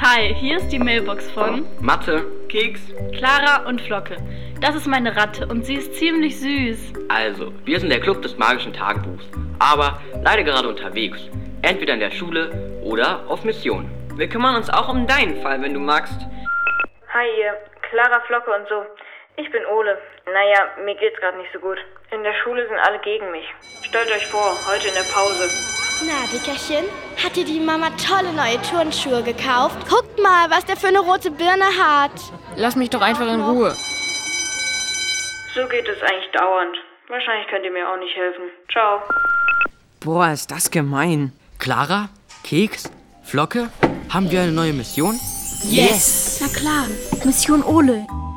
Hi, hier ist die Mailbox von Mathe, Keks. Clara und Flocke. Das ist meine Ratte und sie ist ziemlich süß. Also, wir sind der Club des magischen Tagebuchs, aber leider gerade unterwegs. Entweder in der Schule oder auf Mission. Wir kümmern uns auch um deinen Fall, wenn du magst. Hi, ihr. Clara Flocke und so. Ich bin Ole. Naja, mir geht's gerade nicht so gut. In der Schule sind alle gegen mich. Stellt euch vor, heute in der Pause. Na, Dickerchen, hat dir die Mama tolle neue Turnschuhe gekauft? Guckt mal, was der für eine rote Birne hat. Lass mich doch einfach in Ruhe. So geht es eigentlich dauernd. Wahrscheinlich könnt ihr mir auch nicht helfen. Ciao. Boah, ist das gemein. Clara, Keks, Flocke, haben wir eine neue Mission? Yes! Na klar, Mission Ole.